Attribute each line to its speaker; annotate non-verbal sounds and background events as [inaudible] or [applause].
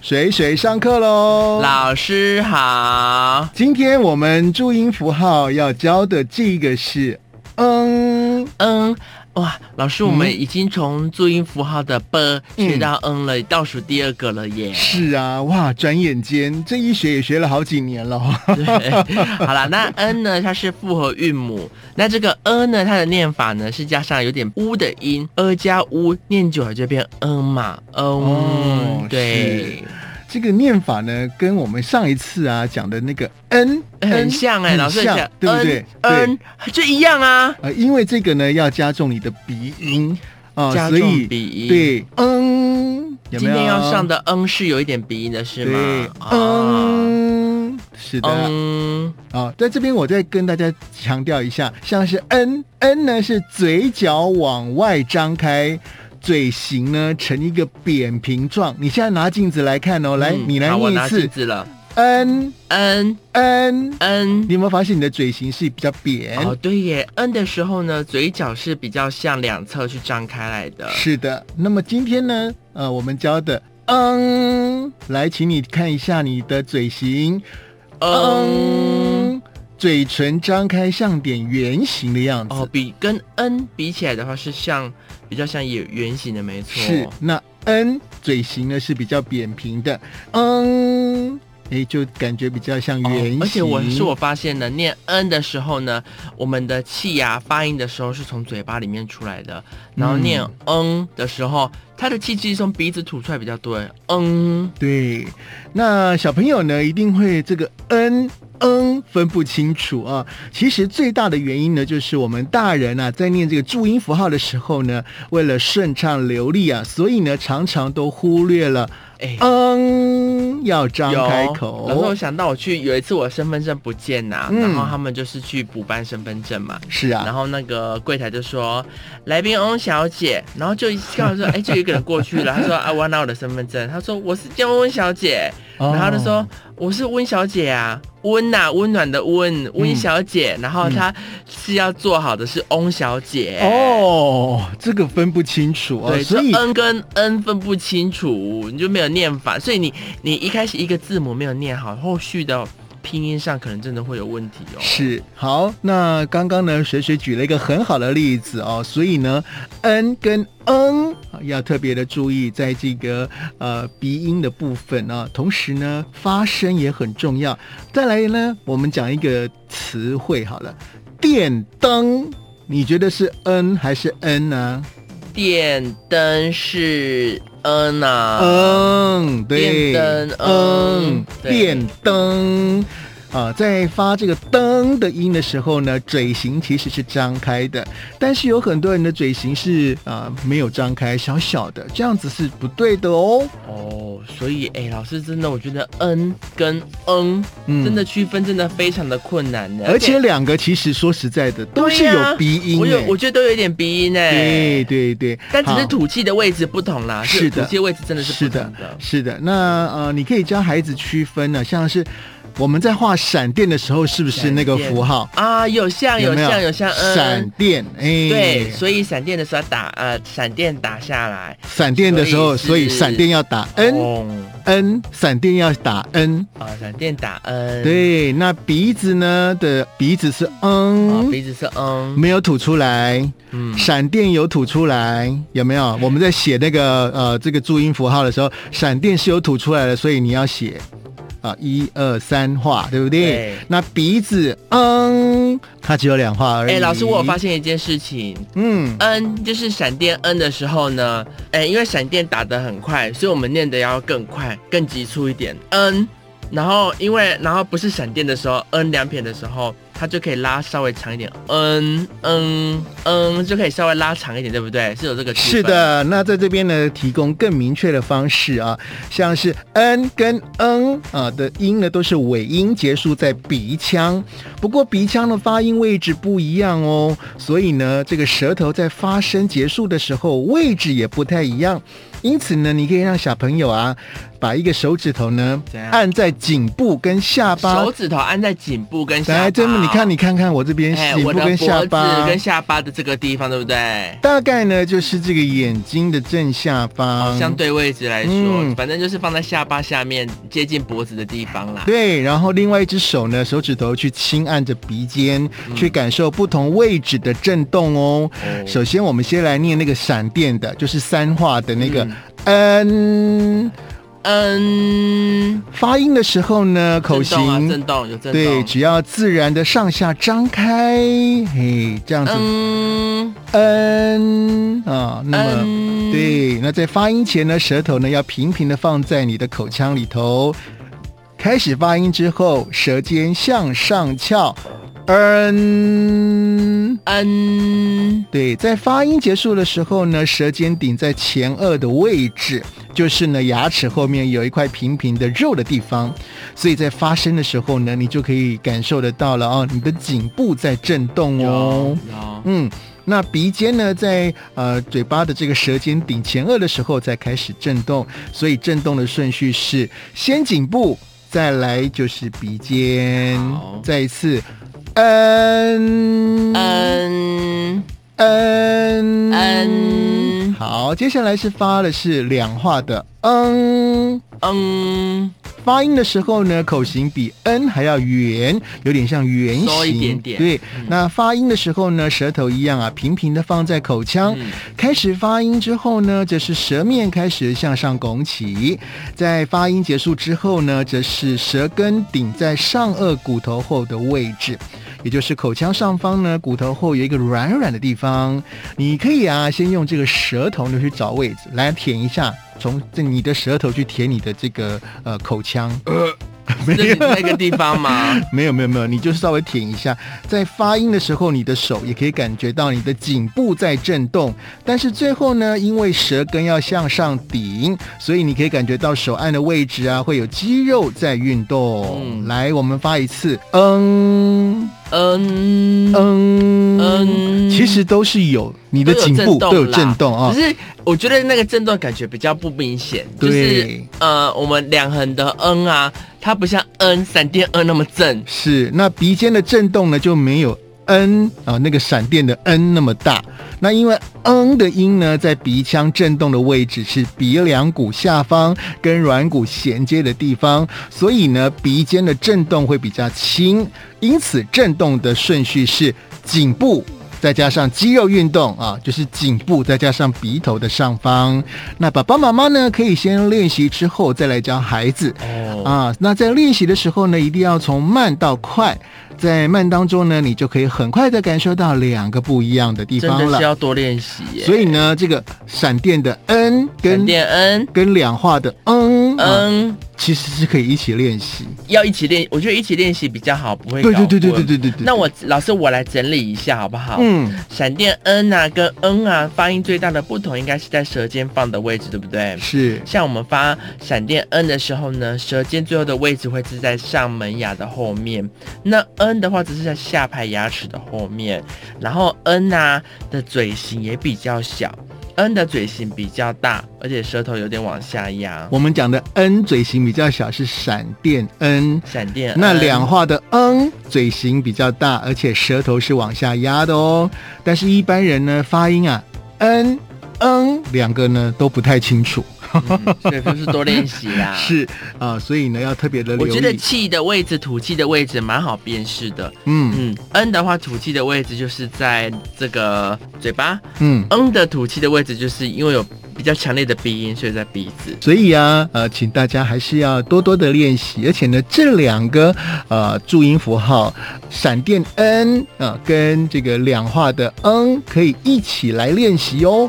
Speaker 1: 水水上课喽！
Speaker 2: 老师好，
Speaker 1: 今天我们注音符号要教的这个是“嗯
Speaker 2: 嗯，哇，老师，我们已经从注音符号的 b
Speaker 1: 嗯
Speaker 2: 学到嗯了，倒数第二个了”，耶。
Speaker 1: 是啊，哇，转眼间这一学也学了好几年了。 [laughs]
Speaker 2: 对， [laughs] 好了，那 n 呢，它是复合韵母，那这个 a 呢，它的念法呢是加上有点 u 的音，a 加 u 念久了就变 n 嘛，
Speaker 1: 哦
Speaker 2: 嗯，对，
Speaker 1: 这个念法呢，跟我们上一次啊讲的那个 “n”
Speaker 2: 很像哎、老师
Speaker 1: 很像
Speaker 2: 很像，，
Speaker 1: 对不对？对
Speaker 2: n，就一样啊，
Speaker 1: 呃，因为这个呢要加重你的鼻音啊，
Speaker 2: 加
Speaker 1: 所以
Speaker 2: 重鼻音，。
Speaker 1: 对，嗯，有没
Speaker 2: 今
Speaker 1: 有
Speaker 2: 天要上的嗯是有一点鼻音的，是
Speaker 1: 对
Speaker 2: 吗？，啊
Speaker 1: 嗯，是的啊、
Speaker 2: 嗯，
Speaker 1: 在这边我再跟大家强调一下，像是 n n 呢是嘴角往外张开。嘴型呢呈一个扁平状，你现在拿镜子来看哦，来，
Speaker 2: 嗯
Speaker 1: 你来
Speaker 2: 好我
Speaker 1: 念一
Speaker 2: 拿
Speaker 1: 次
Speaker 2: 镜子了。
Speaker 1: n
Speaker 2: n
Speaker 1: n，
Speaker 2: n
Speaker 1: 你有没有发现你的嘴型是比较扁？
Speaker 2: 哦，对耶，n 的时候呢，嘴角是比较向两侧去张开来的。
Speaker 1: 是的，那么今天呢，呃，我们教的嗯，来，请你看一下你的嘴型，
Speaker 2: 嗯，
Speaker 1: 嗯，嘴唇张开像点圆形的样子。
Speaker 2: 哦，比跟 n 比起来的话，是像比较像圆圆形的，没错。哦
Speaker 1: 是，那 n 嘴型呢是比较扁平的，嗯，哎，就感觉比较像
Speaker 2: 哦
Speaker 1: 圆形。
Speaker 2: 而且我是我发现呢，念 n 的时候呢，我们的气呀、发音的时候是从嘴巴里面出来的，然后
Speaker 1: 嗯
Speaker 2: 念嗯的时候，它的气质是从鼻子吐出来比较多。嗯，
Speaker 1: 对，那小朋友呢一定会这个嗯嗯分不清楚啊。其实最大的原因呢，就是我们大人啊在念这个注音符号的时候呢，为了顺畅流利啊，所以呢常常都忽略了
Speaker 2: 哎、
Speaker 1: 嗯要张
Speaker 2: 有，
Speaker 1: 开
Speaker 2: 然后我
Speaker 1: 口。
Speaker 2: 想到我去有一次我身份证不见呐、
Speaker 1: 嗯
Speaker 2: 然后他们就是去补办身份证嘛。
Speaker 1: 是啊
Speaker 2: 然，后那个柜台就说：“来宾翁小姐。”然后就刚
Speaker 1: [laughs]
Speaker 2: 好说：“哎，就有一个人过去了。”他说：“啊，我要拿我的身份证。”他说：“我是叫温小姐。”
Speaker 1: 哦
Speaker 2: 然后他就说：“我是温小姐啊，温呐、温暖的
Speaker 1: 嗯
Speaker 2: 温，温小姐。然后他是要做好的是翁小姐。
Speaker 1: 哦，这个分不清楚啊，
Speaker 2: 对，
Speaker 1: 所
Speaker 2: 所
Speaker 1: 以
Speaker 2: 以 n 跟 n 分不清楚，你就没有念法，所以你你一开始一个字母没有念好，后续的拼音上可能真的会有问题哦。
Speaker 1: 是好，那刚刚呢，水水举了一个很好的例子哦，所以呢，n 跟 n 啊要特别的注意在这个呃鼻音的部分啊，同时呢发声也很重要。再来呢，我们讲一个词汇好了，电灯，你觉得是 n 还是 n 呢、
Speaker 2: 电灯是 n 啊，
Speaker 1: 嗯，对，
Speaker 2: 电灯
Speaker 1: 嗯
Speaker 2: 嗯，对
Speaker 1: 电灯。啊，在发这个“灯”的音的时候呢，嘴型其实是张开的，但是有很多人的嘴型是啊、没有张开，小小的，这样子是不对的哦。
Speaker 2: 哦，所以哎、老师真的，我觉得 n 跟 n
Speaker 1: 嗯
Speaker 2: 真的区分真的非常的困难的，
Speaker 1: 而且两个其实说实在的，都是
Speaker 2: 对
Speaker 1: 有
Speaker 2: 啊
Speaker 1: 鼻音
Speaker 2: 我
Speaker 1: 的、
Speaker 2: 有我觉得都有一点鼻音哎、
Speaker 1: 对对对，
Speaker 2: 但只
Speaker 1: 好
Speaker 2: 是吐气的位置不同啦，
Speaker 1: 是的
Speaker 2: 吐气的位置真的是
Speaker 1: 是
Speaker 2: 不同
Speaker 1: 的
Speaker 2: 的，。
Speaker 1: 是的。那呃，你可以教孩子区分呢、像是我们在画闪电的时候，是不是那个
Speaker 2: 闪电
Speaker 1: 符号？
Speaker 2: 啊，有像
Speaker 1: 有没
Speaker 2: 像有像 n，
Speaker 1: 闪电，哎、
Speaker 2: 对，所以闪电的时候打呃，闪电打下来
Speaker 1: 闪电的时候，所
Speaker 2: 所以
Speaker 1: 以
Speaker 2: 是哦
Speaker 1: 闪电要打 n
Speaker 2: 轰
Speaker 1: n，闪电要打 n。
Speaker 2: 啊，闪电打 N，，
Speaker 1: 对，那鼻子呢的鼻子是
Speaker 2: 啊，
Speaker 1: 嗯，
Speaker 2: 鼻子是 N，
Speaker 1: 没有吐出来，
Speaker 2: 嗯，
Speaker 1: 闪电有吐出来，有没有？我们在写那个呃这个注音符号的时候，闪电是有吐出来的，所以你要写啊一二三画，对不对？
Speaker 2: 对
Speaker 1: 那鼻子嗯，它只有两画而已。
Speaker 2: 哎，老师，我有发，现一件事情
Speaker 1: 嗯，
Speaker 2: ，N 就是闪电 N 的时候呢，哎，因为闪电打得很快，所以我们念的要更快、更急促一点 N。然后，因为然后不是闪电的时候，n 两撇的时候，它就可以拉稍微长一点，n n n 就可以稍微拉长一点，对不对？是有这个区
Speaker 1: 是
Speaker 2: 分，
Speaker 1: 的，那在这边呢，提供更明确的方式啊，像是 n 跟 n 啊的音呢，都是尾音结束在鼻腔，不过鼻腔的发音位置不一样哦，所以呢，这个舌头在发声结束的时候位置也不太一样，因此呢，你可以让小朋友啊，把一个手指头呢
Speaker 2: 怎样
Speaker 1: 按在颈部跟下巴哎
Speaker 2: 手指头按在颈部跟下巴。
Speaker 1: 来，这么你你看，你看看我这边
Speaker 2: 哎，
Speaker 1: 颈部
Speaker 2: 我的
Speaker 1: 跟下
Speaker 2: 脖子
Speaker 1: 巴，
Speaker 2: 跟下巴的这个地方，对不对？
Speaker 1: 大概呢就是这个眼睛的正下方，
Speaker 2: 相对位置来说，
Speaker 1: 嗯
Speaker 2: 反正就是放在下巴下面接近脖子的地方啦。
Speaker 1: 对，然后另外一只手呢，手指头去轻按着鼻尖，去感受不同位置的震动哦。
Speaker 2: 嗯哦
Speaker 1: 首先，我们先来念那个闪电的，就是三画的那个嗯
Speaker 2: 嗯，
Speaker 1: 发音的时候呢，口
Speaker 2: 震动啊，
Speaker 1: 型、
Speaker 2: 震动有震
Speaker 1: 对，
Speaker 2: 动。
Speaker 1: 只要自然的上下张开，嘿，这样子
Speaker 2: 嗯
Speaker 1: 嗯啊，那么。
Speaker 2: 嗯，
Speaker 1: 对，那在发音前呢，舌头呢要平平的放在你的口腔里头。开始发音之后，舌尖向上翘，嗯，
Speaker 2: 嗯，
Speaker 1: 对，在发音结束的时候呢，舌尖顶在前颚的位置，就是呢牙齿后面有一块平平的肉的地方，所以在发声的时候呢，你就可以感受得到了哦，你的颈部在震动哦
Speaker 2: 有。有
Speaker 1: 嗯，那鼻尖呢，在呃嘴巴的这个舌尖顶前颚的时候再开始震动，所以震动的顺序是先颈部，再来就是鼻尖
Speaker 2: 好，
Speaker 1: 再一次，嗯
Speaker 2: 嗯
Speaker 1: 嗯
Speaker 2: 嗯
Speaker 1: 好，接下来是发的是两化的嗯。
Speaker 2: 嗯，
Speaker 1: 发音的时候呢，口型比 n 还要圆，有点像圆形。
Speaker 2: 收一点点
Speaker 1: 对，
Speaker 2: 嗯
Speaker 1: 那发音的时候呢，舌头一样啊，平平的放在口腔。
Speaker 2: 嗯
Speaker 1: 开始发音之后呢，则是舌面开始向上拱起。在发音结束之后呢，则是舌根顶在上颚骨头后的位置。也就是口腔上方呢，骨头后有一个软软的地方，你可以啊，先用这个舌头呢去找位置，来舔一下，从这你的舌头去舔你的这个呃口腔，
Speaker 2: 这里那个地方吗？
Speaker 1: 没有没有没有，你就是稍微舔一下，在发音的时候，你的手也可以感觉到你的颈部在震动，但是最后呢，因为舌根要向上顶，所以你可以感觉到手按的位置啊，会有肌肉在运动。
Speaker 2: 嗯
Speaker 1: 来，我们发一次，嗯
Speaker 2: 嗯
Speaker 1: 嗯
Speaker 2: 嗯
Speaker 1: 其实都是有你的
Speaker 2: 都有
Speaker 1: 颈部
Speaker 2: 震动
Speaker 1: 都有
Speaker 2: 啦
Speaker 1: 震动啊
Speaker 2: 只，是我觉得那个震动感觉比较不明显，就
Speaker 1: 对
Speaker 2: 是呃，我们两横的嗯啊，它不像嗯闪电嗯那么正，
Speaker 1: 是，那鼻尖的震动呢就没有 n 啊那个闪电的 n 那么大。那因为 n 的音呢，在鼻腔震动的位置是鼻梁骨下方跟软骨衔接的地方，所以呢，鼻尖的震动会比较轻，因此震动的顺序是颈部。再加上肌肉运动啊，就是颈部，再加上鼻头的上方。那爸爸妈妈呢，可以先练习之后再来教孩子。
Speaker 2: 哦，
Speaker 1: 啊，那在练习的时候呢，一定要从慢到快，在慢当中呢，你就可以很快的感受到两个不一样的地
Speaker 2: 真
Speaker 1: 方
Speaker 2: 的是
Speaker 1: 了。
Speaker 2: 要多练习耶。
Speaker 1: 所以呢，这个闪电的 n
Speaker 2: 闪
Speaker 1: 跟
Speaker 2: 电嗯
Speaker 1: 跟两化的 n，啊，
Speaker 2: 嗯，
Speaker 1: 其实是可以一起练习。
Speaker 2: 要一起练，我觉得一起练习比较好，不会
Speaker 1: 对
Speaker 2: 搞
Speaker 1: 对对对
Speaker 2: 混
Speaker 1: 对对对对。
Speaker 2: 那我老师，我来整理一下好不好？
Speaker 1: 嗯，
Speaker 2: 闪电嗯啊跟嗯啊发音最大的不同应该是在舌尖放的位置，对不对？
Speaker 1: 是
Speaker 2: 像我们发闪电 N 的时候呢，舌尖最后的位置会是在上门牙的后面，那 N 的话只是在下排牙齿的后面，然后 N 啊的嘴型也比较小，N 的嘴型比较大，而且舌头有点往下压。
Speaker 1: 我们讲的 n 嘴型比较小，是闪电 n。
Speaker 2: 闪电 N,
Speaker 1: 那两化的 n 嘴型比较大，而且舌头是往下压的哦。但是，一般人呢，发音啊，n n 两个呢都不太清楚。
Speaker 2: [laughs] 嗯所以就是多练习啦。。
Speaker 1: [laughs] 是啊、所以呢要特别的留
Speaker 2: 我
Speaker 1: 意。
Speaker 2: 觉得气的位置、吐气的位置蛮好辨识的。
Speaker 1: 嗯
Speaker 2: 嗯，N 的话，吐气的位置就是在这个嘴巴，
Speaker 1: 嗯，
Speaker 2: 嗯的吐气的位置，就是因为有比较强烈的鼻音，所以在鼻子。
Speaker 1: 所以啊，呃，请大家还是要多多的练习，而且呢，这两个呃注音符号“闪电嗯呃 n” 啊、跟这个两化的 “n” 可以一起来练习哦。